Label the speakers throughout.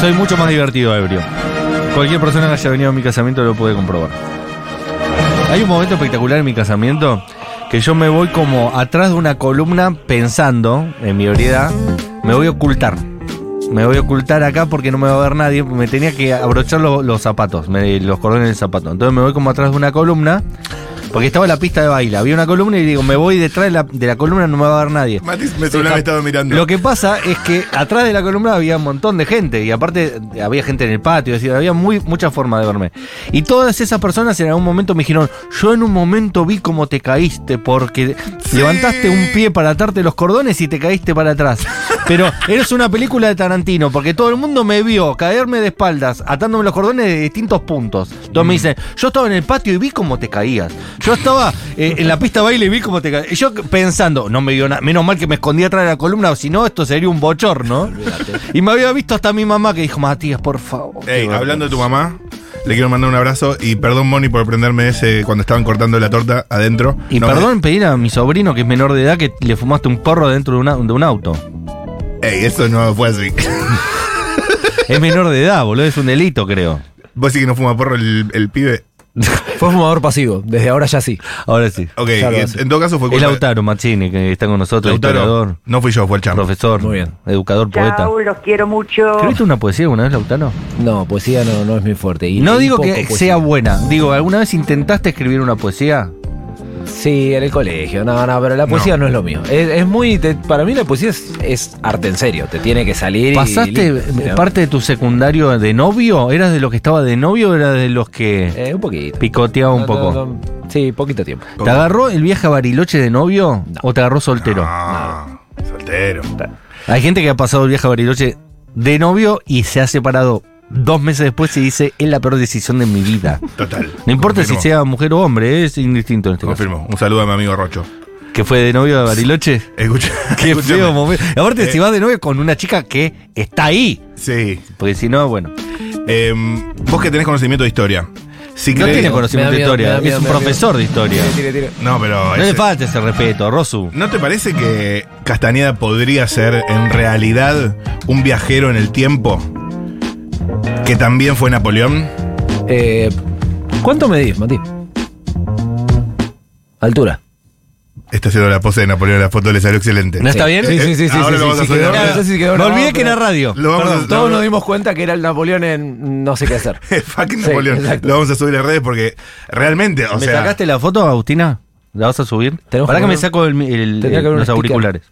Speaker 1: Soy mucho más divertido ebrio. Cualquier persona que haya venido a mi casamiento lo puede comprobar. Hay un momento espectacular en mi casamiento que yo me voy como atrás de una columna pensando en mi ebriedad. Me voy a ocultar. Me voy a ocultar acá porque no me va a ver nadie. Me tenía que abrochar lo- los zapatos, me- los cordones del zapato. Entonces me voy como atrás de una columna. Porque estaba la pista de baile. Había una columna y digo, me voy detrás de la, de la columna, no me va a ver nadie.
Speaker 2: Matis me suena que estaba mirando.
Speaker 1: Lo que pasa es que atrás de la columna había un montón de gente y aparte había gente en el patio, es decir, había muy, mucha forma de verme. Y todas esas personas en algún momento me dijeron, yo en un momento vi cómo te caíste porque
Speaker 2: Sí.
Speaker 1: levantaste un pie para atarte los cordones y te caíste para atrás. Pero eres una película de Tarantino porque todo el mundo me vio caerme de espaldas atándome los cordones de distintos puntos. Entonces me dicen, yo estaba en el patio y vi cómo te caías. Yo estaba eh, en la pista de baile y vi cómo te caías. Y yo pensando, no me vio nada, menos mal que me escondí atrás de la columna, si no esto sería un bochorno. Y me había visto hasta mi mamá que dijo, Matías, por favor.
Speaker 2: Ey, hablando de tu mamá, le quiero mandar un abrazo y perdón, Moni, por prenderme ese cuando estaban cortando la torta adentro.
Speaker 1: Y
Speaker 2: No,
Speaker 1: perdón pedir a mi sobrino que es menor de edad que le fumaste un porro dentro de, una- de un auto.
Speaker 2: Ey, eso no fue así.
Speaker 1: Es menor de edad, boludo, es un delito, creo.
Speaker 2: Vos sí que no fuma porro el, el pibe.
Speaker 3: Fue fumador pasivo, desde ahora ya sí.
Speaker 1: Ahora sí.
Speaker 2: Ok,
Speaker 3: Claro,
Speaker 2: y es-
Speaker 3: antes.
Speaker 2: en todo caso fue
Speaker 1: Es
Speaker 2: culpa de-
Speaker 1: Lautaro Machini, que está con nosotros,
Speaker 2: Lautaro.
Speaker 1: historiador,
Speaker 2: No fui yo, fue el chamo.
Speaker 1: profesor,
Speaker 3: Muy bien.
Speaker 1: educador, poeta.
Speaker 4: Chau, los quiero mucho.
Speaker 1: ¿Escribiste una poesía alguna vez, Lautaro?
Speaker 3: No, poesía no, no es mi fuerte. Y
Speaker 1: no
Speaker 3: leí
Speaker 1: digo
Speaker 3: poco
Speaker 1: que
Speaker 3: poesía.
Speaker 1: sea buena, digo, ¿alguna vez intentaste escribir una poesía?
Speaker 3: Sí, en el colegio. No, no, pero la poesía no, es lo mío. Es, es muy. te- para mí la poesía es, es arte en serio. Te tiene que salir. y
Speaker 1: ¿Pasaste eh,
Speaker 3: listo, ¿no?
Speaker 1: parte de tu secundario de novio? ¿Eras de los que estaba de novio o eras de los que
Speaker 3: Eh, un poquito.
Speaker 1: picoteaba un
Speaker 3: No,
Speaker 1: poco?
Speaker 3: no, no. Sí, poquito tiempo.
Speaker 1: ¿Te agarró el viaje a Bariloche de novio o te agarró soltero?
Speaker 2: Ah, soltero.
Speaker 1: Hay gente que ha pasado el viaje a Bariloche de novio y se ha separado dos meses después y dice, es la peor decisión de mi vida.
Speaker 2: Total.
Speaker 1: No importa
Speaker 2: Confirmo,
Speaker 1: si sea mujer o hombre, es indistinto en este caso.
Speaker 2: Confirmo. Un saludo a mi amigo Rocho.
Speaker 1: Que fue de novio de Bariloche.
Speaker 2: Escucha.
Speaker 1: Qué
Speaker 2: escúchame.
Speaker 1: feo momento. Aparte,
Speaker 2: Eh.
Speaker 1: si vas de novio con una chica que está ahí.
Speaker 2: Sí.
Speaker 1: Porque si no, bueno.
Speaker 2: Em, vos que tenés conocimiento de historia. Si
Speaker 1: No
Speaker 2: crees-
Speaker 1: tiene
Speaker 3: me da
Speaker 1: conocimiento de
Speaker 3: miedo, me
Speaker 1: historia.
Speaker 3: da miedo,
Speaker 1: es un
Speaker 3: me da
Speaker 1: profesor de historia.
Speaker 3: Tire, tire, tire.
Speaker 2: No, pero.
Speaker 1: No le
Speaker 2: ese-
Speaker 1: falta ese respeto, Rosu.
Speaker 2: ¿No te parece que Castañeda podría ser en realidad un viajero en el tiempo? Que también fue Napoleón.
Speaker 3: Eh, ¿Cuánto medís, Mati? Altura.
Speaker 2: Está haciendo la pose de Napoleón, la foto le salió excelente.
Speaker 1: ¿No está bien?
Speaker 3: Sí, sí, sí. sí,
Speaker 2: Ahora
Speaker 3: sí,
Speaker 2: lo
Speaker 3: sí,
Speaker 2: vamos a
Speaker 3: sí, quedó-
Speaker 2: hacer.
Speaker 3: no sé si
Speaker 1: Me
Speaker 3: quedó grabado,
Speaker 1: olvidé que
Speaker 3: pero-
Speaker 1: era radio.
Speaker 2: Lo vamos
Speaker 3: Perdón,
Speaker 2: a-
Speaker 3: todos
Speaker 2: lo-
Speaker 3: nos dimos cuenta que era el Napoleón en no sé qué hacer.
Speaker 2: Fucking
Speaker 3: Sí,
Speaker 2: Napoleón.
Speaker 3: exacto.
Speaker 2: Lo vamos a subir a redes porque realmente, o
Speaker 1: ¿Me
Speaker 2: sea.
Speaker 1: sacaste la foto, Agustina? ¿La vas a subir?
Speaker 3: Tenemos
Speaker 1: Para
Speaker 3: que
Speaker 1: que me
Speaker 3: poner-
Speaker 1: saco el- el-
Speaker 3: Tendría que haber
Speaker 1: los
Speaker 3: un sticker.
Speaker 1: auriculares.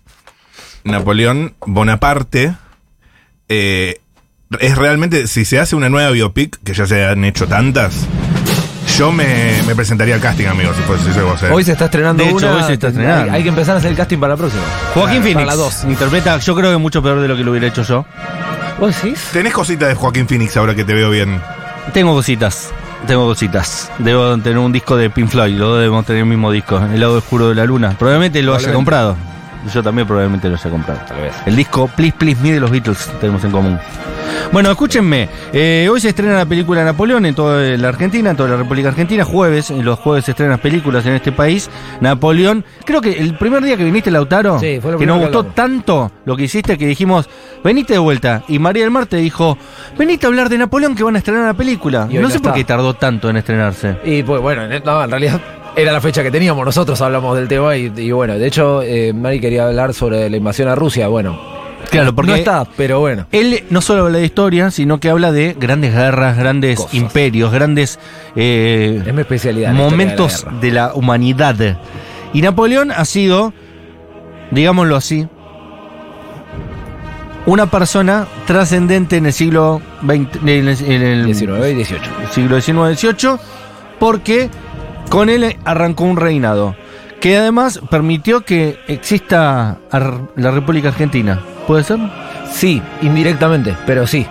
Speaker 2: Napoleón Bonaparte eh, es realmente, si se hace una nueva biopic, que ya se han hecho tantas, yo me, me presentaría al casting, amigos, si fuese si soy vos. eh.
Speaker 3: Hoy se está estrenando
Speaker 1: De hecho,
Speaker 3: una.
Speaker 1: hoy se está
Speaker 3: hay-
Speaker 1: estrenando.
Speaker 3: hay que empezar a hacer el casting para la próxima.
Speaker 1: Joaquín
Speaker 3: Claro,
Speaker 1: Phoenix.
Speaker 3: Para la dos.
Speaker 1: Interpreta, yo creo que mucho peor de lo que lo hubiera hecho yo.
Speaker 3: ¿Vos decís?
Speaker 2: Tenés cositas de Joaquín Phoenix ahora que te veo bien.
Speaker 1: Tengo cositas. Tengo cositas. Debo tener un disco de Pink Floyd. Los dos debemos tener el mismo disco. El lado oscuro de la luna. Probablemente lo haya
Speaker 3: Probablemente.
Speaker 1: comprado. Yo también probablemente lo haya comprado.
Speaker 3: Tal vez.
Speaker 1: El disco Please Please Me de los Beatles tenemos en común. Bueno, escúchenme. eh, hoy se estrena la película Napoleón en toda la Argentina, en toda la República Argentina. Jueves, en los jueves se estrenan las películas en este país. Napoleón. Creo que el primer día que viniste, Lautaro,
Speaker 3: Sí, fue lo
Speaker 1: que
Speaker 3: primero
Speaker 1: nos
Speaker 3: que
Speaker 1: gustó
Speaker 3: hablamos.
Speaker 1: tanto lo que hiciste que dijimos, venite de vuelta. Y María del Mar te dijo, venite a hablar de Napoleón que van a estrenar la película.
Speaker 3: Y hoy
Speaker 1: No
Speaker 3: no
Speaker 1: sé por
Speaker 3: está.
Speaker 1: qué tardó tanto en estrenarse.
Speaker 3: Y pues bueno, en- no, en realidad era la fecha que teníamos, nosotros hablamos del tema y, y bueno, de hecho eh, Mari quería hablar sobre la invasión a Rusia, bueno.
Speaker 1: Claro, porque
Speaker 3: no está, pero bueno.
Speaker 1: Él no solo habla de historia, sino que habla de grandes guerras, grandes
Speaker 3: Cosas.
Speaker 1: imperios, grandes eh,
Speaker 3: Es mi especialidad. la
Speaker 1: momentos
Speaker 3: historia de la guerra.
Speaker 1: de la humanidad. Y Napoleón ha sido, digámoslo así, una persona trascendente en el siglo XX, en el, en el
Speaker 3: 19 y 18.
Speaker 1: siglo XIX-XVIII, porque con él arrancó un reinado que además permitió que exista ar- la República Argentina. ¿Puede ser?
Speaker 3: Sí, indirectamente, pero sí.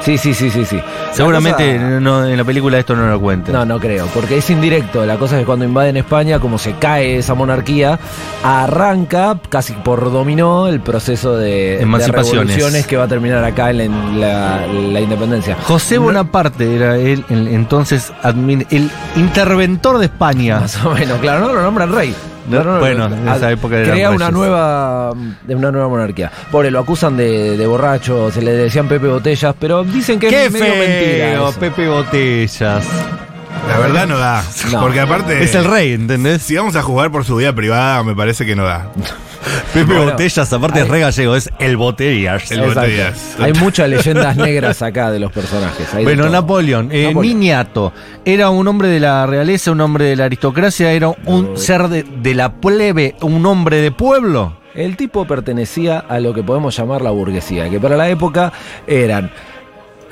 Speaker 3: Sí, sí, sí, sí, sí. La
Speaker 1: Seguramente
Speaker 3: cosa-
Speaker 1: no- en la película esto no lo cuente.
Speaker 3: No, no creo, porque es indirecto. La cosa es que cuando invaden España, como se cae esa monarquía, arranca casi por dominó el proceso de, de
Speaker 1: Emancipaciones.
Speaker 3: revoluciones que va a terminar acá en la, en la- la independencia.
Speaker 1: José Bonaparte era el, el entonces admin- el interventor de España.
Speaker 3: Más o menos, claro, no lo nombran rey. No, no, no,
Speaker 1: bueno,
Speaker 3: no,
Speaker 1: en
Speaker 3: ah,
Speaker 1: esa época eran
Speaker 3: crea una
Speaker 1: reyes.
Speaker 3: nueva de una nueva monarquía. Pobre, lo acusan de, de borracho, se le decían Pepe Botellas, pero dicen que
Speaker 1: ¡Qué
Speaker 3: es medio mentira.
Speaker 1: feo!
Speaker 3: eso.
Speaker 1: Pepe Botellas.
Speaker 2: La verdad no da.
Speaker 3: No.
Speaker 2: Porque aparte.
Speaker 1: Es el rey, ¿entendés?
Speaker 2: Si vamos a jugar por su vida privada, me parece que no da.
Speaker 1: Pepe
Speaker 3: Bueno,
Speaker 1: Botellas, aparte es
Speaker 3: hay-
Speaker 1: re gallego, es el Botellas.
Speaker 2: El
Speaker 3: Exacto.
Speaker 2: Botellas.
Speaker 3: Hay muchas leyendas negras acá de los personajes. hay de
Speaker 1: Bueno,
Speaker 3: todo.
Speaker 1: Napoleón, eh,
Speaker 3: Napoleón.
Speaker 1: Niñato, era un hombre de la realeza, un hombre de la aristocracia, era un ser de, de la plebe, un hombre de pueblo.
Speaker 3: El tipo pertenecía a lo que podemos llamar la burguesía, que para la época eran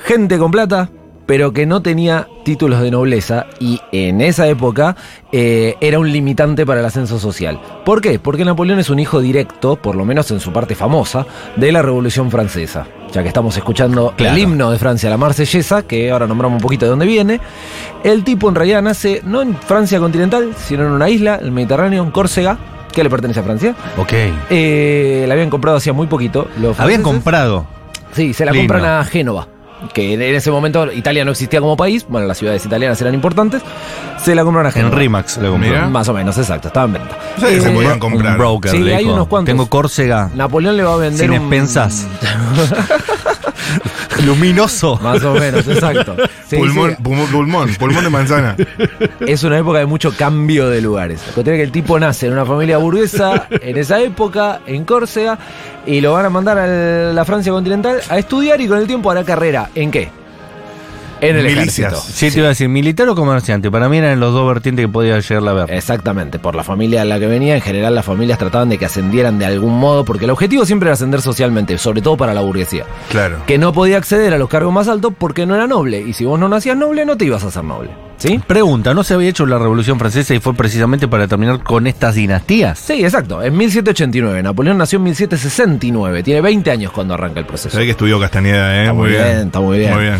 Speaker 3: gente con plata, pero que no tenía títulos de nobleza y en esa época eh, era un limitante para el ascenso social. ¿Por qué? Porque Napoleón es un hijo directo, por lo menos en su parte famosa, de la Revolución Francesa. Ya que estamos escuchando
Speaker 1: Claro.
Speaker 3: el himno de Francia, la Marsellesa, que ahora nombramos un poquito de dónde viene, el tipo en realidad nace no en Francia continental, sino en una isla, el Mediterráneo, en Córcega, que le pertenece a Francia.
Speaker 1: Ok.
Speaker 3: Eh, la habían comprado hacía muy poquito. Los
Speaker 1: Habían
Speaker 3: franceses.
Speaker 1: comprado.
Speaker 3: Sí, se la
Speaker 1: Lindo.
Speaker 3: compran a Génova. Que en ese momento Italia no existía como país. Bueno, las ciudades italianas eran importantes. Se la compran a
Speaker 1: En
Speaker 3: Génova.
Speaker 1: Rimax lo compró.
Speaker 2: Mirá.
Speaker 3: Más o menos, exacto. Estaba en venta.
Speaker 2: No sé si se
Speaker 3: Eh,
Speaker 2: podían comprar.
Speaker 1: Un broker,
Speaker 3: Sí,
Speaker 1: le
Speaker 3: hay
Speaker 1: dijo,
Speaker 3: unos cuantos.
Speaker 1: Tengo Córcega.
Speaker 3: Napoleón le va a vender.
Speaker 1: Sin
Speaker 3: un-
Speaker 1: expensas. Luminoso.
Speaker 3: Más o menos, exacto. Sí,
Speaker 2: pulmón,
Speaker 3: sí.
Speaker 2: pulmón, pulmón, pulmón de manzana.
Speaker 3: Es una época de mucho cambio de lugares. Contiene que el tipo nace en una familia burguesa en esa época, en Córcega, y lo van a mandar a la Francia continental a estudiar y con el tiempo hará carrera. ¿En qué? En el
Speaker 2: Milicias.
Speaker 3: ejército.
Speaker 1: Sí, te iba a decir, militar o comerciante. Para mí eran los dos vertientes que podía llegar a ver.
Speaker 3: Exactamente, por la familia a la que venía, en general las familias trataban de que ascendieran de algún modo, porque el objetivo siempre era ascender socialmente, sobre todo para la burguesía,
Speaker 2: Claro.
Speaker 3: que no podía acceder a los cargos más altos porque no era noble, y si vos no nacías noble no te ibas a hacer noble, ¿sí?
Speaker 1: Pregunta, ¿no se había hecho la Revolución Francesa y fue precisamente para terminar con estas dinastías?
Speaker 3: Sí, exacto, en 1789, Napoleón nació en 1769, tiene 20 años cuando arranca el proceso.
Speaker 2: Sabés que estudió Castañeda, ¿eh?
Speaker 3: Está muy bien, está muy bien.
Speaker 2: Muy bien.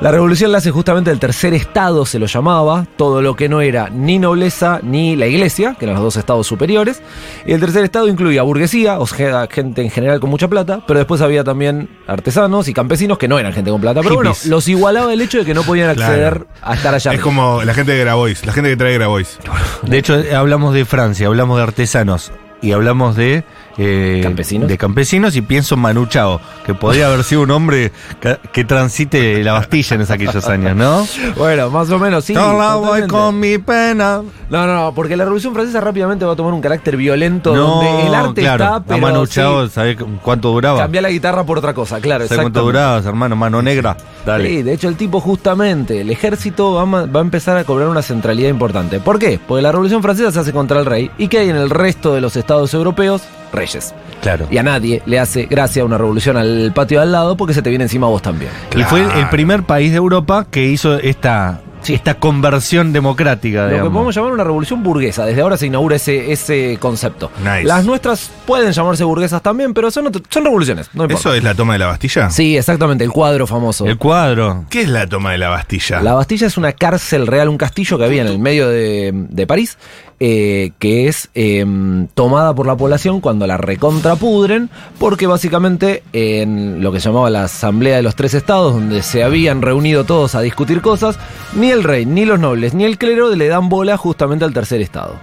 Speaker 3: La revolución la hace justamente el tercer estado, se lo llamaba, todo lo que no era ni nobleza ni la iglesia, que eran los dos estados superiores. Y el tercer estado incluía burguesía, o sea, gente en general con mucha plata, pero después había también artesanos y campesinos que no eran gente con plata. Pero bueno,
Speaker 1: Hippies.
Speaker 3: los igualaba el hecho de que no podían acceder
Speaker 2: Claro.
Speaker 3: a estar allá.
Speaker 2: Es
Speaker 3: arriba.
Speaker 2: como la gente de Grabois, la gente que trae Grabois.
Speaker 1: De hecho, eh, hablamos de Francia, hablamos de artesanos y hablamos de. eh,
Speaker 3: Campesinos.
Speaker 1: De campesinos y pienso en Manu Chao, que podría haber sido un hombre que, que transite la Bastilla en esos- aquellos años, ¿no?
Speaker 3: Bueno, más o menos, sí.
Speaker 1: Yo la voy
Speaker 3: totalmente.
Speaker 1: con mi pena.
Speaker 3: No, no, no, porque la revolución francesa rápidamente va a tomar un carácter violento
Speaker 1: No,
Speaker 3: donde el arte
Speaker 1: claro,
Speaker 3: está, pero
Speaker 1: a Manu
Speaker 3: sí,
Speaker 1: Chao, ¿sabés cuánto duraba?
Speaker 3: cambia la guitarra por otra cosa, claro,
Speaker 1: ¿Sabés cuánto
Speaker 3: exactamente.
Speaker 1: durabas, hermano? Mano negra. Dale.
Speaker 3: Sí, de hecho el tipo justamente, el ejército va a, ma- va a empezar a cobrar una centralidad importante. ¿Por qué? Porque la Revolución Francesa se hace contra el rey y que hay en el resto de los estados europeos reyes.
Speaker 1: claro.
Speaker 3: Y a nadie le hace gracia una revolución al patio de al lado porque se te viene encima a vos también.
Speaker 1: Y fue el- el
Speaker 2: Claro.
Speaker 1: primer país de Europa que hizo esta,
Speaker 3: Sí.
Speaker 1: esta conversión democrática.
Speaker 3: Lo que
Speaker 1: digamos.
Speaker 3: podemos llamar una revolución burguesa. Desde ahora se inaugura ese, ese concepto.
Speaker 2: Nice.
Speaker 3: Las nuestras pueden llamarse burguesas también, pero son, otro- son revoluciones. No importa.
Speaker 2: ¿Eso es la toma de la Bastilla?
Speaker 3: Sí, exactamente, el cuadro famoso.
Speaker 1: El cuadro.
Speaker 2: ¿Qué es la toma de la Bastilla?
Speaker 3: La Bastilla es una cárcel real, un castillo que había en el medio de, de París, eh, que es eh, tomada por la población cuando la recontrapudren, porque básicamente en lo que llamaba la Asamblea de los Tres Estados, donde se habían reunido todos a discutir cosas, ni el rey, ni los nobles, ni el clero le dan bola justamente al tercer Estado.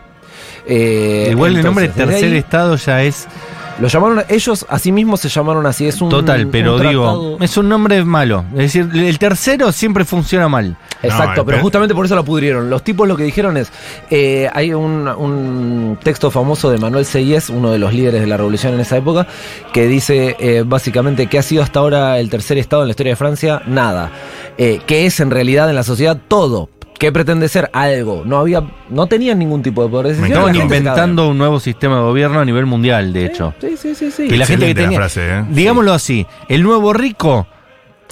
Speaker 3: Eh,
Speaker 1: Igual el nombre
Speaker 3: entonces, desde
Speaker 1: tercer
Speaker 3: ahí
Speaker 1: estado ya es
Speaker 3: Lo llamaron, ellos a sí mismos se llamaron así, es un.
Speaker 1: total, pero
Speaker 3: un
Speaker 1: digo,
Speaker 3: tratado-
Speaker 1: es un nombre malo. Es decir, el tercero siempre funciona mal.
Speaker 3: Exacto,
Speaker 2: No,
Speaker 3: pero
Speaker 2: pero-
Speaker 3: justamente por eso la pudrieron. Los tipos lo que dijeron es, eh, hay un, un texto famoso de Manuel Seyes, uno de los líderes de la revolución en esa época, que dice eh, básicamente que ha sido hasta ahora el tercer estado en la historia de Francia, nada. Eh, que es en realidad en la sociedad todo. Que pretende ser algo. No había, no tenían ningún tipo de poder de
Speaker 2: Me
Speaker 3: decisión.
Speaker 2: encanta.
Speaker 1: Estaban
Speaker 3: La gente se
Speaker 1: inventando un nuevo sistema de gobierno a nivel mundial, de hecho.
Speaker 3: cagaba. Sí, sí, sí, sí.
Speaker 1: Y la gente que
Speaker 2: Excelente la
Speaker 1: tenía,
Speaker 2: frase, ¿eh?
Speaker 1: digámoslo así, el nuevo rico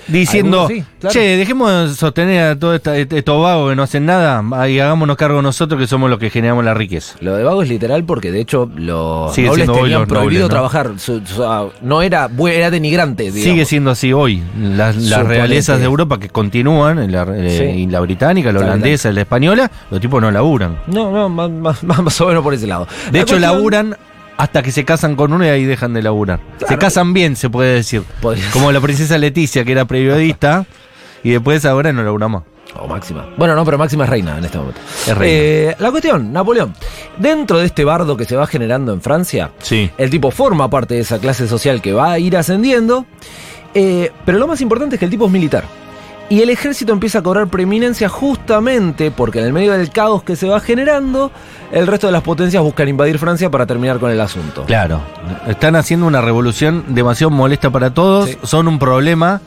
Speaker 1: diciendo,
Speaker 3: Algunos sí, claro.
Speaker 1: che, dejemos de sostener a todos esta- este, estos vagos que no hacen nada y hagámonos cargo nosotros que somos los que generamos la riqueza.
Speaker 3: Lo de vago es literal porque de hecho los
Speaker 1: Sigue
Speaker 3: nobles
Speaker 1: siendo hoy
Speaker 3: tenían
Speaker 1: los nobles,
Speaker 3: prohibido
Speaker 1: ¿no?
Speaker 3: trabajar. Su- su- ah, no era, bu- era denigrante. Digamos.
Speaker 1: Sigue siendo así hoy. Las, las
Speaker 3: Suponete.
Speaker 1: realezas de Europa que continúan, en la, eh,
Speaker 3: Sí.
Speaker 1: y la británica, la
Speaker 3: La
Speaker 1: holandesa, la española, los tipos no laburan.
Speaker 3: No, no, más, más- más- más o menos por ese lado.
Speaker 1: De hecho,
Speaker 3: cuestión-
Speaker 1: laburan hasta que se casan con uno y ahí dejan de laburar. Se casan bien, se puede decir.
Speaker 3: Podría ser.
Speaker 1: Como la princesa Leticia, que era periodista, y después ahora no labura más.
Speaker 3: O Oh, máxima. Bueno, no, pero máxima es reina en este momento.
Speaker 1: Es reina.
Speaker 3: Eh, la cuestión, Napoleón. Dentro de este bardo que se va generando en Francia,
Speaker 1: Sí.
Speaker 3: el tipo forma parte de esa clase social que va a ir ascendiendo. eh, pero lo más importante es que el tipo es militar. Y el ejército empieza a cobrar preeminencia justamente porque en el medio del caos que se va generando, el resto de las potencias buscan invadir Francia para terminar con el asunto.
Speaker 1: Claro. Están haciendo una revolución demasiado molesta para todos.
Speaker 3: Sí.
Speaker 1: Son un problema.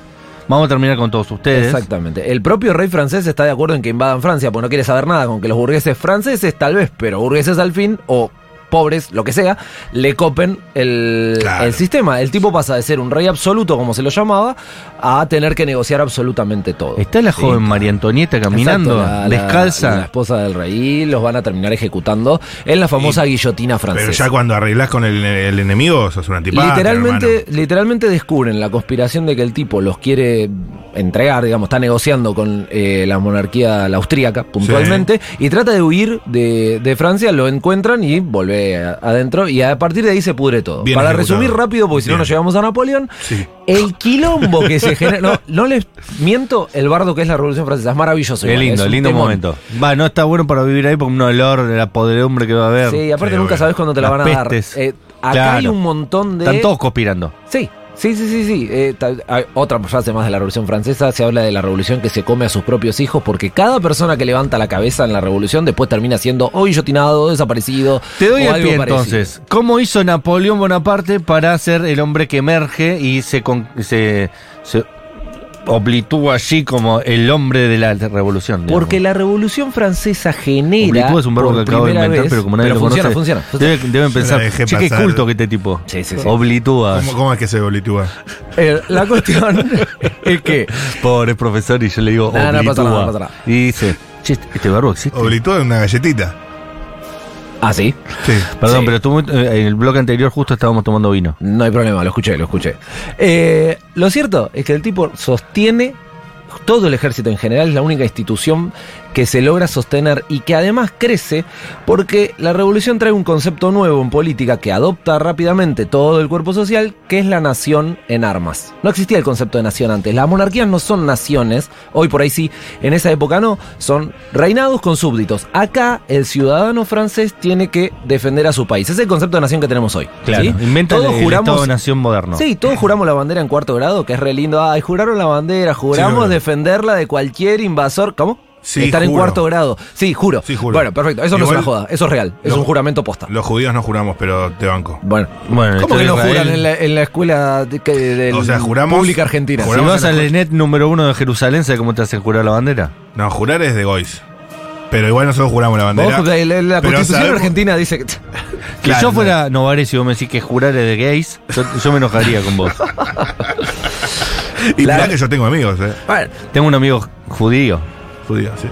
Speaker 1: Vamos a terminar con todos ustedes.
Speaker 3: Exactamente. El propio rey francés está de acuerdo en que invadan Francia, porque no quiere saber nada con que los burgueses franceses, tal vez, pero burgueses al fin, o pobres, lo que sea, le copen el,
Speaker 2: Claro.
Speaker 3: el sistema. El tipo pasa de ser un rey absoluto, como se lo llamaba, a tener que negociar absolutamente todo.
Speaker 1: Está la joven María Antonieta caminando,
Speaker 3: Exacto, la- la-
Speaker 1: descalza.
Speaker 3: La, esposa del rey, y los van a terminar ejecutando en la famosa guillotina francesa.
Speaker 2: Pero ya cuando arreglás con el, el enemigo, sos un antipático.
Speaker 3: Literalmente,
Speaker 2: hermano.
Speaker 3: literalmente descubren la conspiración de que el tipo los quiere entregar, digamos, está negociando con eh, la monarquía la austríaca puntualmente y trata de huir de, de Francia, lo encuentran y vuelve a- adentro y a partir de ahí se pudre todo.
Speaker 2: Bien
Speaker 3: Para
Speaker 2: ejecutado.
Speaker 3: resumir rápido, porque si no
Speaker 2: Bien.
Speaker 3: nos llegamos a Napoleón,
Speaker 2: Sí.
Speaker 3: el quilombo que se genera... No, no les miento el bardo que es la Revolución Francesa, es maravilloso.
Speaker 1: Qué
Speaker 3: igual,
Speaker 1: lindo,
Speaker 3: es un
Speaker 1: lindo
Speaker 3: temón.
Speaker 1: momento. Va, no está bueno para vivir ahí por un olor de la podredumbre que va a haber.
Speaker 3: Sí, aparte
Speaker 2: Sí,
Speaker 3: nunca
Speaker 2: obvio.
Speaker 3: sabes cuándo te la
Speaker 1: Las
Speaker 3: van a dar.
Speaker 1: pestes.
Speaker 3: Eh, acá
Speaker 1: Claro.
Speaker 3: hay un montón de...
Speaker 1: Están todos conspirando.
Speaker 3: Sí, sí, sí, sí, sí. Eh, ta- hay otra frase más de la Revolución Francesa, se habla de la revolución que se come a sus propios hijos, porque cada persona que levanta la cabeza en la revolución después termina siendo o guillotinado, desaparecido.
Speaker 1: Te doy
Speaker 3: o
Speaker 1: el
Speaker 3: algo
Speaker 1: pie
Speaker 3: parecido.
Speaker 1: entonces. ¿Cómo hizo Napoleón Bonaparte para ser el hombre que emerge y se, con- se, se oblitúa allí como el hombre de la revolución? digamos?
Speaker 3: Porque la Revolución Francesa genera.
Speaker 1: Oblitúa es un verbo
Speaker 3: por
Speaker 1: que acabo de
Speaker 3: primera
Speaker 1: inventar,
Speaker 3: vez-
Speaker 1: pero como nadie lo
Speaker 3: funciona,
Speaker 1: conoce,
Speaker 3: funciona, funciona.
Speaker 1: debe- deben
Speaker 2: Yo la
Speaker 1: pensar,
Speaker 2: dejé
Speaker 1: che, qué
Speaker 2: pasar".
Speaker 1: culto que este tipo.
Speaker 3: Sí, sí, sí.
Speaker 1: Oblitúa.
Speaker 2: ¿Cómo, cómo es que se bolitúa?
Speaker 3: Eh, la cuestión es que.
Speaker 1: Pobre profesor, y yo le digo,
Speaker 3: No, no pasa nada,
Speaker 1: oblitúa.
Speaker 3: no pasa nada.
Speaker 1: Y dice, che, este verbo existe.
Speaker 2: Oblitúa es una galletita.
Speaker 3: Ah, sí.
Speaker 2: Sí.
Speaker 1: Perdón,
Speaker 3: Sí.
Speaker 1: pero tú, eh, en el bloque anterior justo estábamos tomando vino.
Speaker 3: No hay problema, lo escuché, lo escuché. Eh, lo cierto es que el tipo sostiene todo el ejército en general, es la única institución que se logra sostener y que además crece porque la revolución trae un concepto nuevo en política que adopta rápidamente todo el cuerpo social, que es la nación en armas. No existía el concepto de nación antes, las monarquías no son naciones, hoy por ahí sí, en esa época no, son reinados con súbditos. Acá el ciudadano francés tiene que defender a su país, es el concepto de nación que tenemos hoy. ¿sí?
Speaker 1: Inventa
Speaker 3: Todos
Speaker 1: el, el
Speaker 3: juramos-
Speaker 1: Estado-Nación moderno.
Speaker 3: Sí, todos juramos la bandera en cuarto grado, que es re lindo. Ay, juraron la bandera,
Speaker 2: Sí,
Speaker 3: juramos
Speaker 2: bueno.
Speaker 3: defenderla de cualquier invasor. ¿Cómo?
Speaker 2: Sí,
Speaker 3: Estar en
Speaker 2: juro.
Speaker 3: cuarto grado. Sí, juro.
Speaker 2: Sí, juro.
Speaker 3: Bueno, perfecto. Eso no
Speaker 2: Igual-
Speaker 3: es una joda, eso es real. Es
Speaker 2: Lo-
Speaker 3: un juramento posta.
Speaker 2: Los judíos no juramos, pero te banco.
Speaker 3: Bueno.
Speaker 1: Bueno,
Speaker 3: ¿Cómo que
Speaker 1: esto
Speaker 3: no
Speaker 1: de
Speaker 3: juran
Speaker 1: Israel-
Speaker 3: en la, en la escuela de, que- del
Speaker 2: O sea, juramos-
Speaker 3: pública argentina?
Speaker 1: Si
Speaker 2: juramos-
Speaker 1: vas
Speaker 2: en
Speaker 1: al
Speaker 2: la-
Speaker 1: ENET número uno de Jerusalén, ¿sabes cómo te hacen jurar la bandera?
Speaker 2: No, jurar es de Gois. Pero igual nosotros juramos la
Speaker 3: Vos,
Speaker 2: bandera.
Speaker 3: la, la- la
Speaker 2: Pero
Speaker 3: constitución
Speaker 2: sabemos-
Speaker 3: argentina dice que...
Speaker 1: Que
Speaker 2: Claro,
Speaker 1: yo fuera Novares y vos me decís que jurar es de gays, yo, yo me enojaría con vos.
Speaker 2: Y mirá
Speaker 3: la-
Speaker 2: que yo tengo amigos, eh.
Speaker 3: Bueno,
Speaker 1: Tengo un amigo judío.
Speaker 2: Judíos, sí.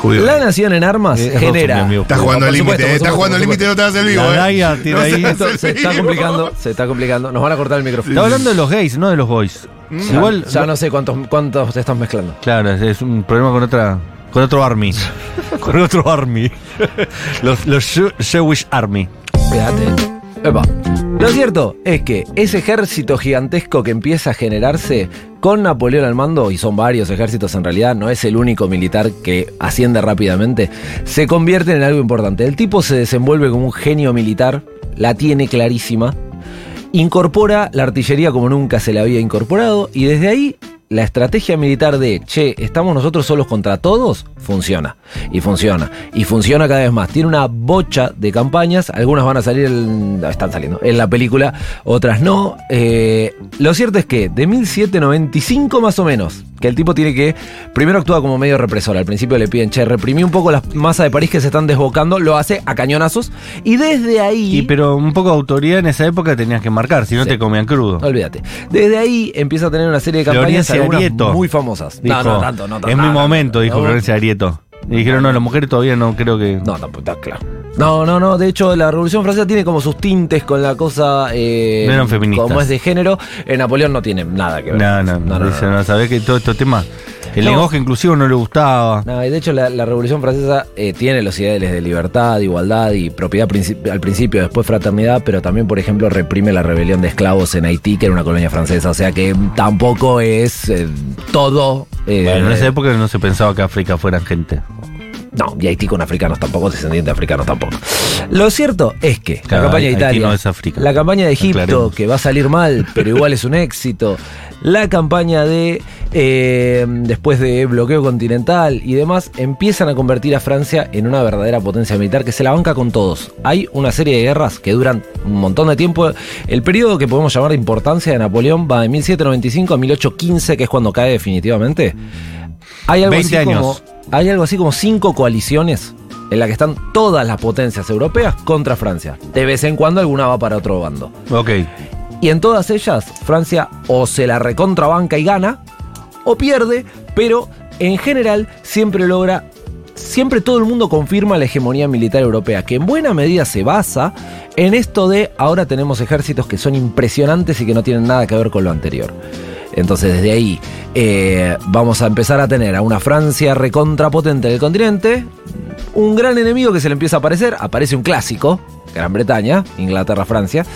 Speaker 2: Judíos.
Speaker 3: la nación en armas
Speaker 1: Eh,
Speaker 3: genera...
Speaker 1: Rosu, mi amigo.
Speaker 2: Estás
Speaker 3: Por
Speaker 2: jugando al
Speaker 3: supuesto,
Speaker 2: límite,
Speaker 3: por
Speaker 2: eh. Estás
Speaker 3: supuesto,
Speaker 2: jugando
Speaker 3: por
Speaker 2: al límite, no
Speaker 3: supuesto.
Speaker 2: te hagas el vivo,
Speaker 1: La
Speaker 2: eh.
Speaker 1: Daya tira
Speaker 2: No
Speaker 1: ahí.
Speaker 2: seas
Speaker 3: Esto
Speaker 2: el
Speaker 3: se está
Speaker 2: vivo.
Speaker 3: complicando, se está complicando. Nos van a cortar el micrófono.
Speaker 1: Está hablando de los gays, no de los boys.
Speaker 3: Ya-
Speaker 1: Igual,
Speaker 3: Mm. ya no sé cuántos, cuántos te estás mezclando.
Speaker 1: claro, es, es un problema con otra, con otro army, con otro army, los, los Jew- Jewish army.
Speaker 3: Quédate. Epa. Lo cierto es que ese ejército gigantesco que empieza a generarse con Napoleón al mando, y son varios ejércitos en realidad, no es el único militar que asciende rápidamente, se convierte en algo importante. El tipo se desenvuelve como un genio militar, la tiene clarísima, incorpora la artillería como nunca se la había incorporado, y desde ahí la estrategia militar de, che, estamos nosotros solos contra todos, funciona. Y funciona. Y funciona cada vez más. Tiene una bocha de campañas. Algunas van a salir, en- están saliendo en la película, otras no. Eh, lo cierto es que de 1795 más o menos, que el tipo tiene que, primero actúa como medio represor. Al principio le piden, che, reprimí un poco las masas de París que se están desbocando. Lo hace a cañonazos. Y desde ahí...
Speaker 1: Y pero un poco de autoridad en esa época tenías que marcar, si no
Speaker 3: Sí.
Speaker 1: te comían crudo.
Speaker 3: Olvídate. Desde ahí empieza a tener una serie de campañas
Speaker 1: Florencia
Speaker 3: algunas
Speaker 1: Arieto.
Speaker 3: muy famosas.
Speaker 1: Dijo,
Speaker 3: tan-
Speaker 1: Es
Speaker 3: no,
Speaker 1: mi
Speaker 3: no, no,
Speaker 1: momento,
Speaker 3: no,
Speaker 1: dijo
Speaker 3: no,
Speaker 1: Florencia Arieto. Y dijeron, no, las mujeres todavía no creo que.
Speaker 3: No, tampoco está claro. No, no, no. De hecho, la Revolución Francesa tiene como sus tintes con la cosa. eh,
Speaker 1: No eran feministas.
Speaker 3: Como es de género. Eh, Napoleón no tiene nada que ver.
Speaker 1: No, no, no, dice, no, sabés que todos estos temas este El
Speaker 3: No.
Speaker 1: lenguaje inclusivo no le gustaba.
Speaker 3: No, y de hecho la, la Revolución Francesa eh, tiene los ideales de libertad, de igualdad y propiedad princi- al principio, después fraternidad, pero también, por ejemplo, reprime la rebelión de esclavos en Haití, que era una colonia francesa. O sea que tampoco es eh, todo. eh,
Speaker 1: Bueno, en esa época no se pensaba que África fuera gente.
Speaker 3: No, y Haití con africanos tampoco, descendientes de africanos tampoco. Lo cierto es que
Speaker 1: Claro,
Speaker 3: la campaña de
Speaker 1: Haití
Speaker 3: Italia,
Speaker 1: no es África.
Speaker 3: la campaña de Egipto,
Speaker 1: Aclaremos.
Speaker 3: que va a salir mal, pero igual es un éxito, la campaña de eh, después de bloqueo continental y demás, empiezan a convertir a Francia en una verdadera potencia militar que se la banca con todos. Hay una serie de guerras que duran un montón de tiempo. El periodo que podemos llamar de importancia de Napoleón va de 1795 a 1815, que es cuando cae definitivamente. Hay algo
Speaker 1: 20
Speaker 3: así
Speaker 1: años.
Speaker 3: como hay algo así como cinco coaliciones en las que están todas las potencias europeas contra Francia. De vez en cuando alguna va para otro bando.
Speaker 1: Ok.
Speaker 3: Y en todas ellas, Francia o se la recontrabanca y gana, o pierde, pero en general siempre logra, siempre todo el mundo confirma la hegemonía militar europea, que en buena medida se basa en esto de ahora tenemos ejércitos que son impresionantes y que no tienen nada que ver con lo anterior. Entonces desde ahí eh, vamos a empezar a tener a una Francia recontrapotente del continente, un gran enemigo que se le empieza a aparecer, aparece un clásico, Gran Bretaña, Inglaterra, Francia,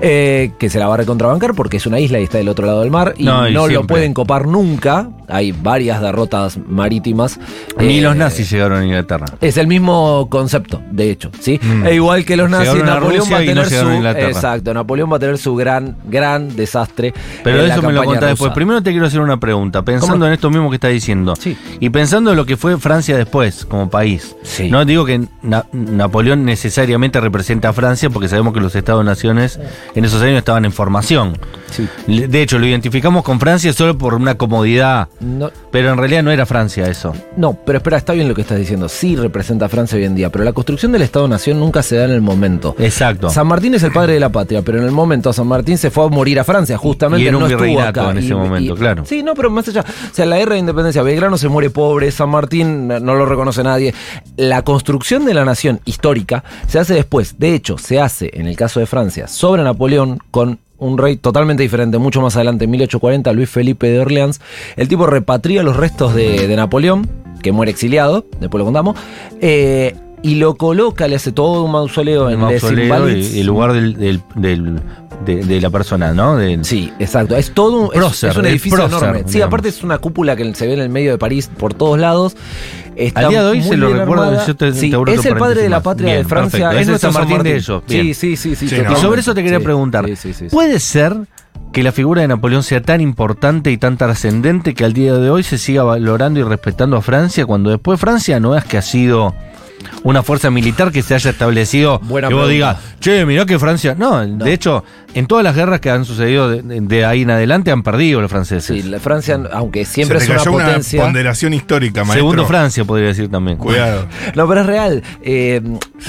Speaker 3: eh, que se la va a recontrabancar porque es una isla y está del otro lado del mar y
Speaker 1: No,
Speaker 3: no,
Speaker 1: y
Speaker 3: lo
Speaker 1: siempre.
Speaker 3: pueden copar nunca. Hay varias derrotas marítimas.
Speaker 1: Ni
Speaker 3: Eh,
Speaker 1: los nazis llegaron a Inglaterra.
Speaker 3: Es el mismo concepto, de hecho, ¿sí?
Speaker 1: Mm.
Speaker 3: E igual que los nazis,
Speaker 1: Llegaron a
Speaker 3: Napoleón
Speaker 1: Rusia
Speaker 3: va a
Speaker 1: y no
Speaker 3: tener
Speaker 1: llegaron a
Speaker 3: su.
Speaker 1: Inglaterra.
Speaker 3: Exacto, Napoleón va a tener su gran, gran desastre.
Speaker 1: Pero
Speaker 3: en Eh, la
Speaker 1: eso me lo
Speaker 3: campaña
Speaker 1: contás
Speaker 3: rusa.
Speaker 1: después. Primero te quiero hacer una pregunta, pensando
Speaker 3: ¿Cómo no?
Speaker 1: en esto mismo que estás diciendo.
Speaker 3: Sí.
Speaker 1: Y pensando en lo que fue Francia después, como país.
Speaker 3: Sí.
Speaker 1: No digo que Na- Napoleón necesariamente representa a Francia, porque sabemos que los Estados-naciones en esos años estaban en formación.
Speaker 3: Sí.
Speaker 1: Le- De hecho, lo identificamos con Francia solo por una comodidad.
Speaker 3: No,
Speaker 1: Pero en realidad no era Francia eso.
Speaker 3: No, pero espera, está bien lo que estás diciendo. Sí representa a Francia hoy en día, pero la construcción del Estado-Nación nunca se da en el momento.
Speaker 1: Exacto.
Speaker 3: San Martín es el padre de la patria, pero en el momento San Martín se fue a morir a Francia, justamente.
Speaker 1: Y era un
Speaker 3: no estuvo
Speaker 1: virreinato
Speaker 3: acá.
Speaker 1: en ese momento, claro.
Speaker 3: Sí, no, pero más allá. O sea, la guerra de independencia, Belgrano se muere pobre, San Martín no no lo reconoce nadie. La construcción de la nación histórica se hace después. De hecho, se hace, en el caso de Francia, sobre Napoleón con. Un rey totalmente diferente, mucho más adelante, en 1840, Luis Felipe de Orleans. El tipo repatria los restos de, de Napoleón, que muere exiliado, después lo contamos, eh, y lo coloca, le hace todo un mausoleo en Les
Speaker 1: mausoleo y-
Speaker 3: Invalides.
Speaker 1: y el lugar del, del- del- de, de la persona, ¿no? Del-
Speaker 3: Sí, exacto. Es todo un, es-
Speaker 1: Prócer,
Speaker 3: es, un
Speaker 1: el
Speaker 3: edificio
Speaker 1: prócer,
Speaker 3: enorme. Sí,
Speaker 1: digamos.
Speaker 3: aparte es una cúpula que se ve en el medio de París por todos lados. Está
Speaker 1: Al día de hoy
Speaker 3: muy
Speaker 1: se lo
Speaker 3: bien
Speaker 1: recuerdo,
Speaker 3: armada.
Speaker 1: yo te- te
Speaker 3: Sí,
Speaker 1: abro
Speaker 3: es
Speaker 1: otro
Speaker 3: el padre de
Speaker 1: paréntesis
Speaker 3: la
Speaker 1: más.
Speaker 3: patria
Speaker 1: Bien,
Speaker 3: de Francia.
Speaker 1: perfecto. Ese es
Speaker 3: Es nuestro
Speaker 1: San Martín de ellos, bien.
Speaker 3: Sí, sí, sí, sí.
Speaker 2: Sí,
Speaker 1: Y
Speaker 3: totalmente.
Speaker 1: sobre eso te quería
Speaker 3: Sí,
Speaker 1: preguntar.
Speaker 3: sí, sí, sí, sí.
Speaker 1: ¿Puede ser que la figura de Napoleón sea tan importante y tan trascendente que al día de hoy se siga valorando y respetando a Francia cuando después Francia no es que ha sido una fuerza militar que se haya establecido
Speaker 3: Buena
Speaker 1: que vos
Speaker 3: pregunta.
Speaker 1: digas, che, mirá que Francia. No, de hecho, en todas las guerras que han sucedido de, de ahí en adelante han perdido los
Speaker 3: Sí,
Speaker 1: franceses.
Speaker 3: la Francia, aunque siempre
Speaker 2: Se
Speaker 3: es
Speaker 2: te
Speaker 3: una
Speaker 2: cayó una,
Speaker 3: potencia.
Speaker 2: ponderación histórica, maestro.
Speaker 1: Segundo Francia, podría decir también.
Speaker 2: Cuidado.
Speaker 3: No, pero es real. Eh,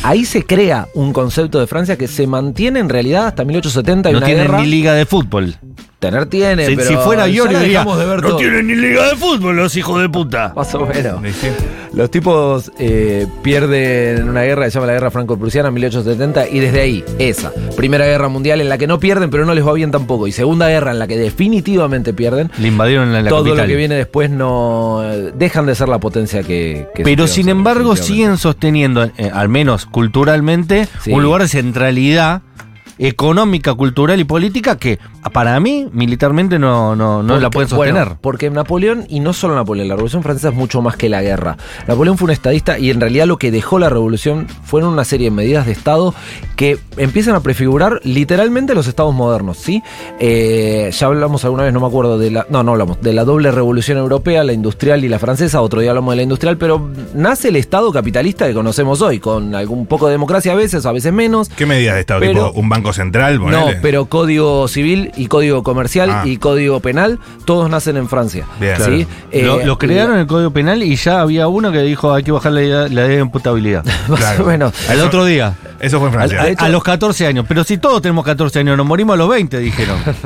Speaker 3: ahí se crea un concepto de Francia que se mantiene en realidad hasta 1870 y
Speaker 1: No
Speaker 3: una
Speaker 1: tienen
Speaker 3: guerra.
Speaker 1: ni liga de fútbol.
Speaker 3: Tener tiene,
Speaker 1: Si,
Speaker 3: pero
Speaker 1: si fuera
Speaker 3: ya
Speaker 1: Iorio
Speaker 3: la
Speaker 1: diría,
Speaker 3: dejamos de ver
Speaker 1: no
Speaker 3: todo".
Speaker 1: tienen ni liga de fútbol los hijos de puta.
Speaker 3: Más o menos.
Speaker 2: Sí.
Speaker 3: Los tipos eh, pierden una guerra que se llama la Guerra Franco-Prusiana 1870 y desde ahí, esa. Primera Guerra Mundial en la que no pierden pero no les va bien tampoco. Y Segunda Guerra en la que definitivamente pierden.
Speaker 1: Le invadieron la, la
Speaker 3: Todo
Speaker 1: capital.
Speaker 3: lo que viene después no... eh, dejan de ser la potencia que...
Speaker 1: Pero
Speaker 3: que supieron
Speaker 1: sin
Speaker 3: ser,
Speaker 1: embargo
Speaker 3: definitivamente.
Speaker 1: siguen sosteniendo, eh, al menos culturalmente,
Speaker 3: Sí.
Speaker 1: un lugar de centralidad económica, cultural y política que para mí militarmente no, no, no la
Speaker 3: Porque-
Speaker 1: pueden sostener.
Speaker 3: bueno, porque Napoleón, y no solo Napoleón, la Revolución Francesa es mucho más que la guerra. Napoleón fue un estadista y en realidad lo que dejó la Revolución fueron una serie de medidas de Estado que empiezan a prefigurar literalmente los estados modernos, ¿sí? Eh, ya hablamos alguna vez, no me acuerdo, de la. No, no hablamos, de la doble revolución europea, la industrial y la francesa, otro día hablamos de la industrial, pero nace el Estado capitalista que conocemos hoy, con algún poco de democracia a veces, a veces menos,
Speaker 2: ¿Qué medidas de Estado?
Speaker 3: Pero-
Speaker 2: ¿Tipo un banco central?
Speaker 3: no,
Speaker 2: ponele?
Speaker 3: pero código civil y código comercial
Speaker 2: Ah.
Speaker 3: y código penal, todos nacen en Francia.
Speaker 2: Bien.
Speaker 3: ¿sí? Eh,
Speaker 1: lo, lo crearon en el Código Penal y ya había uno que dijo hay que bajar la edad la edad de imputabilidad.
Speaker 3: Más
Speaker 2: Claro.
Speaker 3: o menos.
Speaker 1: Al
Speaker 2: Eso-
Speaker 1: otro día.
Speaker 2: Eso fue en
Speaker 1: Al-
Speaker 2: Francia.
Speaker 1: a, a los 14 años. Pero si todos tenemos 14 años, nos morimos a los 20, dijeron.
Speaker 3: Es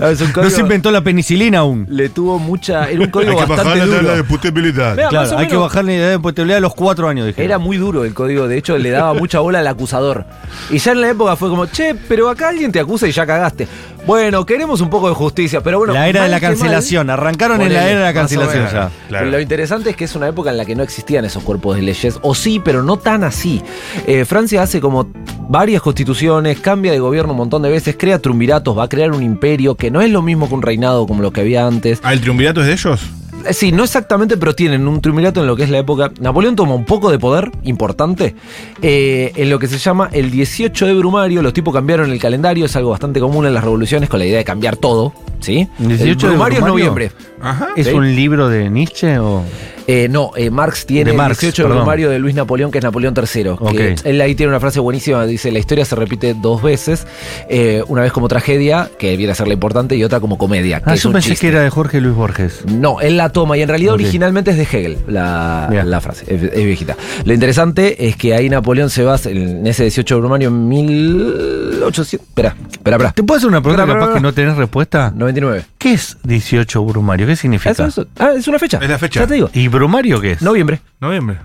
Speaker 3: un
Speaker 1: No se
Speaker 3: código-
Speaker 1: inventó la penicilina aún.
Speaker 3: le tuvo mucha. Era un
Speaker 2: Hay
Speaker 3: código
Speaker 2: que bajar
Speaker 3: bastante
Speaker 2: la tabla
Speaker 3: duro.
Speaker 2: de putabilidad.
Speaker 3: Vea, más
Speaker 1: Claro,
Speaker 3: o
Speaker 1: hay que
Speaker 3: menos.
Speaker 1: bajar la edad de imputabilidad a los 4 años, dijeron.
Speaker 3: Era muy duro el código, de hecho le daba mucha bola al acusador. Y ya en la época fue como, che, pero acá alguien te acusa y ya cagaste. Bueno, queremos un poco de justicia, pero bueno.
Speaker 1: la era de
Speaker 3: mal
Speaker 1: la
Speaker 3: que mal,
Speaker 1: cancelación. Arrancaron en la
Speaker 3: ponele,
Speaker 1: era de la
Speaker 3: más o
Speaker 1: cancelación
Speaker 3: menos.
Speaker 1: ya.
Speaker 2: Claro.
Speaker 3: Lo interesante es que es una época en la que no existían esos cuerpos de leyes, o sí, pero no tan así. Eh, Francia hace como varias constituciones, cambia de gobierno un montón de veces, crea triunviratos, va a crear un imperio que no es lo mismo que un reinado como lo que había antes.
Speaker 2: Ah, el triunvirato es de ellos.
Speaker 3: Eh, Sí, no exactamente, pero tienen un triunvirato en lo que es la época. Napoleón toma un poco de poder importante eh, en lo que se llama el 18 de Brumario. Los tipos cambiaron el calendario, es algo bastante común en las revoluciones con la idea de cambiar todo. ¿Sí?
Speaker 1: ¿El 18
Speaker 3: El
Speaker 1: de
Speaker 3: Brumario es
Speaker 1: Brumario?
Speaker 3: noviembre.
Speaker 2: Ajá.
Speaker 1: ¿Es
Speaker 3: Sí.
Speaker 1: un libro de Nietzsche o.?
Speaker 3: Eh, no, eh, Marx tiene
Speaker 1: De Marx,
Speaker 3: el 18 de
Speaker 1: perdón.
Speaker 3: Brumario de Luis Napoleón, que es Napoleón III. que
Speaker 1: Ok.
Speaker 3: él ahí tiene una frase buenísima, dice, la historia se repite dos veces, eh, una vez como tragedia, que viene a ser la importante, y otra como comedia. Que
Speaker 1: Ah,
Speaker 3: es
Speaker 1: yo
Speaker 3: un
Speaker 1: pensé
Speaker 3: chiste.
Speaker 1: que era de Jorge Luis Borges.
Speaker 3: No, él la toma y en realidad
Speaker 1: Ok.
Speaker 3: originalmente es de Hegel la,
Speaker 1: Bien.
Speaker 3: la frase, es, es viejita. Lo interesante es que ahí Napoleón se basa en ese 18 de Brumario en 1800... Espera, espera, espera.
Speaker 1: ¿Te puedo hacer una pregunta
Speaker 3: Pará, pará,
Speaker 1: capaz que
Speaker 3: pará.
Speaker 1: no tenés respuesta?
Speaker 3: 99.
Speaker 1: ¿Qué es 18 Brumario? ¿Qué significa?
Speaker 3: Eso, eso. Ah, es una fecha.
Speaker 2: Es la fecha.
Speaker 3: Ya te digo.
Speaker 1: ¿Y Brumario qué es?
Speaker 3: Noviembre.
Speaker 2: Noviembre.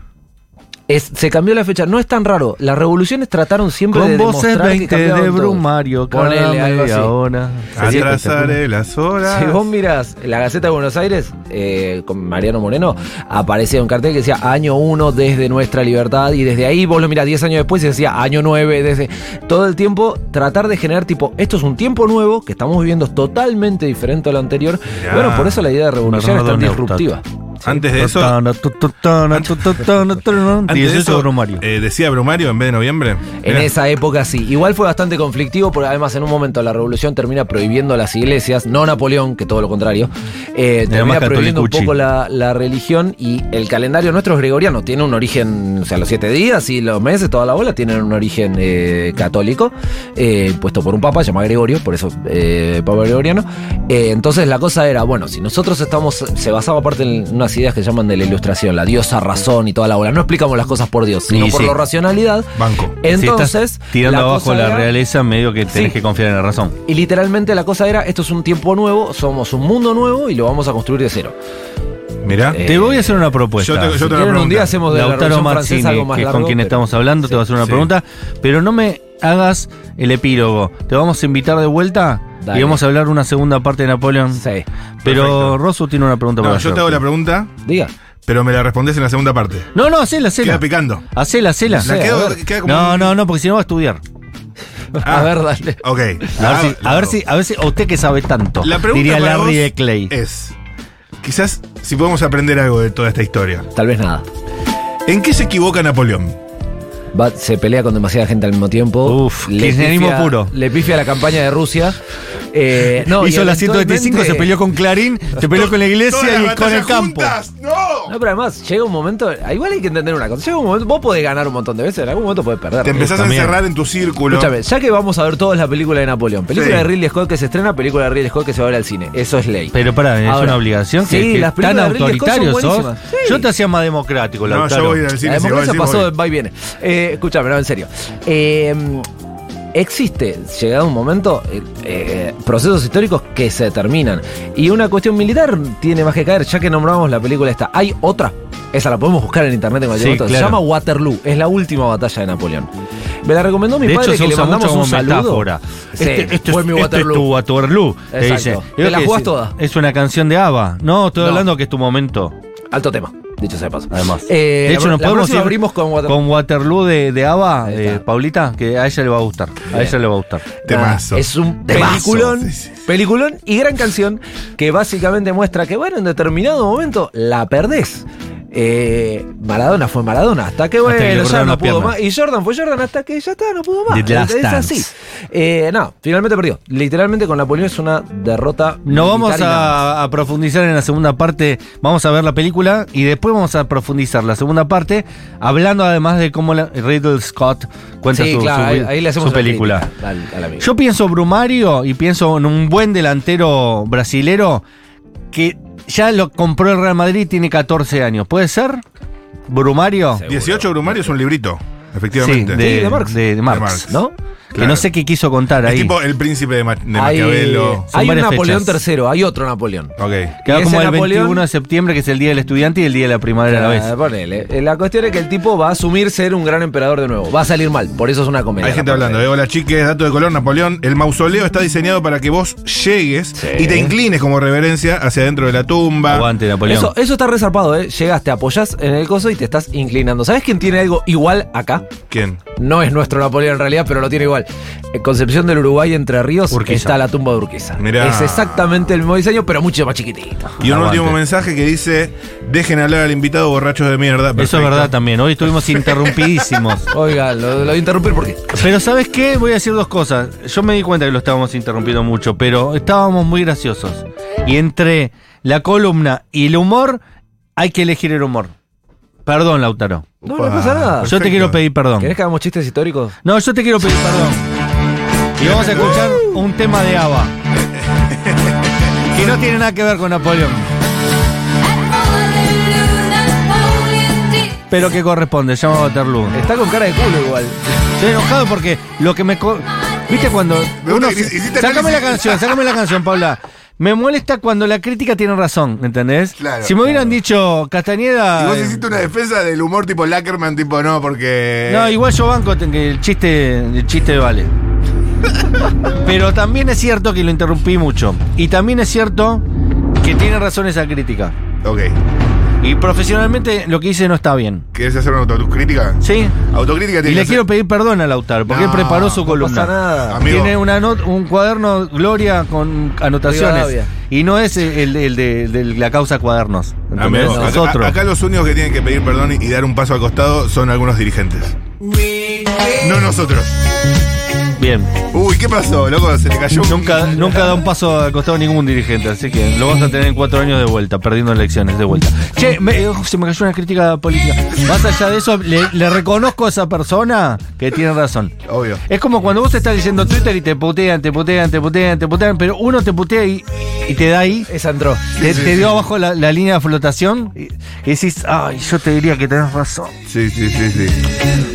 Speaker 3: Es- se cambió la fecha. No es tan raro. Las revoluciones trataron siempre de
Speaker 1: Con vos es
Speaker 3: demostrar que
Speaker 1: 20
Speaker 3: cambiaban
Speaker 1: de
Speaker 3: todo.
Speaker 1: Brumario, cada
Speaker 3: Ponele algo
Speaker 1: media
Speaker 3: así.
Speaker 1: hora. Sería espectacular.
Speaker 2: Atrasaré eh, las horas.
Speaker 3: Si vos mirás la Gaceta de Buenos Aires, eh, con Mariano Moreno, aparecía un cartel que decía año 1 desde nuestra libertad y desde ahí vos lo mirás 10 años después y decía año 9 desde... Todo el tiempo tratar de generar tipo, esto es un tiempo nuevo que estamos viviendo es totalmente diferente a lo anterior.
Speaker 2: Mirá.
Speaker 3: Bueno, por eso la idea de revolución
Speaker 1: Bernardo
Speaker 3: es tan
Speaker 1: Neustadt.
Speaker 3: disruptiva.
Speaker 2: Antes de eso.
Speaker 1: Totona, totona, totona, totona,
Speaker 2: Antes de
Speaker 1: 18
Speaker 2: eso,
Speaker 1: Brumario.
Speaker 2: eh, decía Brumario en vez de noviembre.
Speaker 3: En
Speaker 2: Mirá.
Speaker 3: esa época sí. Igual fue bastante conflictivo, porque además en un momento la revolución termina prohibiendo las iglesias, no Napoleón, que todo lo contrario, eh,
Speaker 1: Era más
Speaker 3: termina prohibiendo un
Speaker 1: catolicuchi.
Speaker 3: poco la, la religión y el calendario nuestro es gregoriano, tiene un origen, o sea, los siete días y los meses, toda la bola, tienen un origen eh, católico, eh, puesto por un papa, llamado Gregorio, por eso eh, papa gregoriano. Eh, entonces la cosa era, bueno, si nosotros estamos, se basaba aparte en unas ideas que llaman de la ilustración, la diosa razón y toda la bola, no explicamos las cosas por Dios, sino
Speaker 1: Y
Speaker 3: por
Speaker 1: sí.
Speaker 3: la racionalidad.
Speaker 2: Banco.
Speaker 1: si
Speaker 3: Entonces,
Speaker 1: estás tirando
Speaker 3: la
Speaker 1: abajo
Speaker 3: cosa
Speaker 1: la
Speaker 3: era-
Speaker 1: realeza, medio que tenés
Speaker 3: Sí.
Speaker 1: que confiar en la razón.
Speaker 3: Y literalmente la cosa era, esto es un tiempo nuevo, somos un mundo nuevo y lo vamos a construir de cero.
Speaker 2: Mirá.
Speaker 3: Eh,
Speaker 1: te voy a hacer una propuesta.
Speaker 2: yo te- yo te-
Speaker 3: Quieren un
Speaker 2: pregunta.
Speaker 3: día hacemos de la
Speaker 1: Lautaro
Speaker 3: Revolución Francesa
Speaker 1: Marcini,
Speaker 3: algo más
Speaker 1: que es
Speaker 3: largo.
Speaker 1: con quien
Speaker 3: pero-
Speaker 1: estamos hablando, te va a hacer una
Speaker 2: Sí.
Speaker 1: pregunta, pero no me hagas el epílogo. Te vamos a invitar de vuelta
Speaker 3: Dale.
Speaker 1: y vamos a hablar una segunda parte de Napoleón.
Speaker 3: Sí.
Speaker 1: Pero
Speaker 2: Perfecto.
Speaker 1: Rosu tiene una pregunta
Speaker 2: No,
Speaker 1: para
Speaker 2: yo
Speaker 1: hacerte.
Speaker 2: te hago la pregunta,
Speaker 3: Diga.
Speaker 2: pero me la respondes en la segunda parte.
Speaker 1: No, no, hacela,
Speaker 2: Queda
Speaker 1: hacela.
Speaker 2: picando.
Speaker 1: Hacela, hacela.
Speaker 2: La
Speaker 3: sé,
Speaker 2: quedo-
Speaker 3: a ver.
Speaker 2: queda como
Speaker 1: No,
Speaker 2: un-
Speaker 1: no, no, porque si no va a estudiar.
Speaker 2: Ah.
Speaker 3: A ver, dale.
Speaker 2: Ok.
Speaker 1: A
Speaker 2: Ah,
Speaker 1: ver, si,
Speaker 2: la
Speaker 1: a ver
Speaker 2: hago.
Speaker 1: si, a ver si, a usted que sabe tanto,
Speaker 2: La pregunta
Speaker 1: diría
Speaker 2: para
Speaker 1: Larry
Speaker 2: vos
Speaker 1: de Clay.
Speaker 2: Es. Quizás si podemos aprender algo de toda esta historia.
Speaker 3: Tal vez nada.
Speaker 2: ¿En qué se equivoca Napoleón?
Speaker 3: Va- se pelea con demasiada gente al mismo tiempo.
Speaker 1: Uf, kirchnerismo
Speaker 3: pifia-
Speaker 1: puro.
Speaker 3: Le pifia la campaña de Rusia. Eh, no, y
Speaker 1: Hizo la 125, se
Speaker 3: eventualmente-
Speaker 1: peleó con Clarín, se peleó con la
Speaker 2: Todas las
Speaker 1: iglesia y con el
Speaker 2: batallas
Speaker 1: campo.
Speaker 2: juntas, ¡No!
Speaker 3: No, pero además llega un momento, igual hay que entender una cosa, llega un momento, vos podés ganar un montón de veces, en algún momento podés perder.
Speaker 2: Te empezás a
Speaker 1: También.
Speaker 2: encerrar en tu círculo.
Speaker 3: Escúchame, ya que vamos a ver todos la película de Napoleón, película
Speaker 2: Sí.
Speaker 3: de Ridley Scott que se estrena, película de Ridley Scott que se va a ver al cine, eso es ley.
Speaker 1: Pero pará, es
Speaker 3: Ahora,
Speaker 1: una obligación que,
Speaker 3: sí,
Speaker 1: que
Speaker 3: las
Speaker 1: tan
Speaker 3: películas de Ridley Scott son
Speaker 1: autoritario sos.
Speaker 3: buenísimas. Sí.
Speaker 1: Yo te hacía más democrático,
Speaker 2: No,
Speaker 1: Lautaro.
Speaker 2: yo voy a ir al cine.
Speaker 3: La
Speaker 2: si vos
Speaker 3: democracia
Speaker 2: decís,
Speaker 3: pasó
Speaker 2: voy.
Speaker 3: de va y viene. Eh, escúchame, no, en serio. Eh, existe, llegado un momento, eh, eh, procesos históricos que se terminan. Y una cuestión militar tiene más que caer, ya que nombramos la película esta. Hay otra, esa la podemos buscar en internet en cualquier
Speaker 1: Sí,
Speaker 3: momento,
Speaker 1: claro.
Speaker 3: se llama Waterloo, es la última batalla de Napoleón. Me la recomendó mi
Speaker 1: de
Speaker 3: padre
Speaker 1: hecho, se
Speaker 3: que le
Speaker 1: usa mucho
Speaker 3: mandamos
Speaker 1: como
Speaker 3: un saludo.
Speaker 1: metáfora.
Speaker 3: Sí,
Speaker 1: este, este
Speaker 3: fue
Speaker 1: es,
Speaker 3: mi
Speaker 1: este es
Speaker 3: Waterloo.
Speaker 1: tu Waterloo. Te
Speaker 3: Exacto.
Speaker 1: dice.
Speaker 3: Te
Speaker 1: Creo
Speaker 3: la
Speaker 1: que
Speaker 3: jugás
Speaker 1: es-
Speaker 3: toda.
Speaker 1: Es una canción de ABBA. No, estoy
Speaker 3: No.
Speaker 1: hablando que es tu momento.
Speaker 3: Alto tema, dicho sea de paso.
Speaker 1: Además.
Speaker 3: Eh,
Speaker 1: de hecho,
Speaker 3: la-
Speaker 1: nos
Speaker 3: la
Speaker 1: podemos
Speaker 3: próxima
Speaker 1: ir
Speaker 3: abrimos con Waterloo.
Speaker 1: con Waterloo de, de ABBA,
Speaker 3: Ahí
Speaker 1: eh,
Speaker 3: está.
Speaker 1: Paulita, que a ella le va a gustar. A
Speaker 3: Bien.
Speaker 1: ella le va a gustar.
Speaker 2: Temazo.
Speaker 1: Ah,
Speaker 3: Nada, Es un
Speaker 2: Temazo.
Speaker 3: peliculón,
Speaker 2: Sí, sí, sí.
Speaker 3: peliculón y gran canción que básicamente muestra que, bueno, en determinado momento la perdés. Eh, Maradona fue Maradona, hasta
Speaker 1: Hasta
Speaker 3: que
Speaker 1: que
Speaker 3: bueno,
Speaker 1: le
Speaker 3: ya
Speaker 1: cortaron
Speaker 3: no
Speaker 1: las
Speaker 3: pudo
Speaker 1: piernas.
Speaker 3: más. Y Jordan fue Jordan hasta que ya está, no pudo más.
Speaker 1: The Last
Speaker 3: es
Speaker 1: Dance.
Speaker 3: así. Eh, no, finalmente perdió. Literalmente con Napoleón es una derrota.
Speaker 1: No vamos
Speaker 3: militar y nada más.
Speaker 1: a, a profundizar en la segunda parte. Vamos a ver la película y después vamos a profundizar la segunda parte, hablando además de cómo la- Riddle Scott cuenta
Speaker 3: Sí,
Speaker 1: su,
Speaker 3: claro,
Speaker 1: su-
Speaker 3: ahí, ahí le hacemos
Speaker 1: su película.
Speaker 3: Yo,
Speaker 1: Yo pienso Brumario y pienso en un buen delantero brasilero que ya lo compró el Real Madrid y tiene 14 años. ¿Puede ser? Brumario.
Speaker 3: Sí,
Speaker 2: 18 Brumario es un librito,
Speaker 1: Sí,
Speaker 2: efectivamente.
Speaker 1: de,
Speaker 3: Sí, de Marx.
Speaker 1: de- de Marx.
Speaker 2: Marx.
Speaker 3: ¿No?
Speaker 1: Que no sé qué quiso contar ahí.
Speaker 2: Es tipo el príncipe de, Ma- de
Speaker 3: hay,
Speaker 2: Maquiavelo.
Speaker 1: Son
Speaker 3: hay un
Speaker 1: varias
Speaker 3: Napoleón
Speaker 1: fechas.
Speaker 3: III, hay otro Napoleón.
Speaker 2: Ok.
Speaker 1: Queda
Speaker 3: y
Speaker 1: como
Speaker 3: ese
Speaker 1: el
Speaker 3: Napoleón-
Speaker 1: 21 de septiembre, que es el día del estudiante y el día de la primavera a la
Speaker 3: Ah,
Speaker 1: vez.
Speaker 3: ponele. Eh, La cuestión es que el tipo va a asumir ser un gran emperador de nuevo. Va a salir mal, por eso es una comedia.
Speaker 2: Hay gente
Speaker 3: aparte.
Speaker 2: hablando, eh, hola chiques, dato de color, Napoleón, el mausoleo está diseñado para que vos llegues y te inclines como reverencia hacia adentro de la tumba.
Speaker 1: Aguante, Napoleón.
Speaker 3: Eso, eso está resarpado, ¿eh? Llegas, te apoyas en el coso y te estás inclinando. ¿Sabes quién tiene algo igual acá?
Speaker 2: ¿Quién?
Speaker 3: No es nuestro Napoleón en realidad, pero lo tiene igual. En Concepción del Uruguay, Entre Ríos,
Speaker 1: Urquiza.
Speaker 3: está la tumba de Urquiza.
Speaker 2: Mirá.
Speaker 3: Es exactamente el mismo diseño, pero mucho más chiquitito.
Speaker 2: Y un
Speaker 1: Aguante.
Speaker 2: último mensaje que dice, dejen hablar al invitado borrachos de mierda.
Speaker 1: Eso
Speaker 2: Perfecto.
Speaker 1: es verdad también. Hoy estuvimos interrumpidísimos.
Speaker 3: Oiga, lo, lo voy a interrumpir porque.
Speaker 1: Pero ¿sabes qué? Voy a decir dos cosas. Yo me di cuenta que lo estábamos interrumpiendo mucho, pero estábamos muy graciosos. Y entre la columna y el humor, hay que elegir el humor. Perdón, Lautaro.
Speaker 3: No,
Speaker 2: Upa.
Speaker 3: no pasa
Speaker 1: Yo
Speaker 3: nada.
Speaker 1: te
Speaker 2: Perfecto.
Speaker 1: quiero pedir perdón.
Speaker 3: ¿Querés que hagamos chistes históricos?
Speaker 1: No, yo te quiero pedir perdón. Y vamos a escuchar un tema de ABBA. Que no tiene nada que ver con Napoleón, pero que corresponde. Se llama Waterloo.
Speaker 3: Está con cara de culo igual.
Speaker 1: Estoy enojado porque lo que me... co- ¿Viste cuando...
Speaker 2: Me
Speaker 1: uno-
Speaker 2: gusta que hiciste
Speaker 1: sácame la
Speaker 2: análisis.
Speaker 1: canción, sácame la canción, Paula. Me molesta cuando la crítica tiene razón, ¿entendés?
Speaker 2: Claro,
Speaker 1: si me hubieran dicho Castañeda...
Speaker 2: Y vos
Speaker 1: eh,
Speaker 2: hiciste una defensa del humor tipo Lackerman, tipo no, porque...
Speaker 1: No, igual yo banco ten- que el chiste, el chiste vale. Pero también es cierto que lo interrumpí mucho. Y también es cierto que tiene razón esa crítica.
Speaker 2: Ok.
Speaker 1: Y profesionalmente lo que hice no está bien.
Speaker 2: ¿Quieres hacer una autocrítica?
Speaker 1: ¿Sí?
Speaker 2: Autocrítica
Speaker 1: Y
Speaker 2: tiene
Speaker 1: le
Speaker 2: que
Speaker 1: quiero
Speaker 2: hacer-
Speaker 1: pedir perdón a Lautaro, porque
Speaker 2: No,
Speaker 1: él preparó su
Speaker 2: no
Speaker 3: No
Speaker 1: columna.
Speaker 3: pasa nada.
Speaker 2: Amigo.
Speaker 1: Tiene una not- un cuaderno Gloria con anotaciones.
Speaker 3: Rivadavia.
Speaker 1: Y no es el, el de, el de la causa cuadernos. ¿entendés?
Speaker 2: Amigo,
Speaker 1: es
Speaker 2: acá,
Speaker 1: otro.
Speaker 2: acá los únicos que tienen que pedir perdón y, y dar un paso al costado son algunos dirigentes. No nosotros.
Speaker 1: Bien.
Speaker 2: Uy, ¿qué pasó, loco? Se te cayó un-
Speaker 1: Nunca, nunca da un paso al costado ningún dirigente, así que lo vas a tener en cuatro años de vuelta, perdiendo elecciones de vuelta. Che, me- eh, se me cayó una crítica política. Más allá de eso, le, le reconozco a esa persona que tiene razón.
Speaker 2: Obvio.
Speaker 1: Es como cuando vos estás leyendo Twitter y te putean, te putean, te putean, te putean, pero uno te putea y, y te da ahí,
Speaker 3: Esa entró.
Speaker 1: te, te dio abajo la, la línea de flotación y, y decís, ay, yo te diría que tenés razón.
Speaker 2: Sí, sí, sí, sí.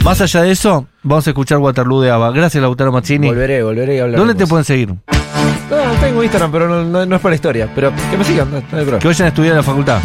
Speaker 1: Más allá de eso, vamos a escuchar Waterloo de Ava. Gracias, Lautaro Mazzini.
Speaker 3: Volveré, volveré y hablar.
Speaker 1: ¿Dónde te pueden seguir?
Speaker 3: No, tengo Instagram, pero no, no- no es para historia. Pero que me sigan, no, no hay problema.
Speaker 1: Que vayan a estudiar a la facultad.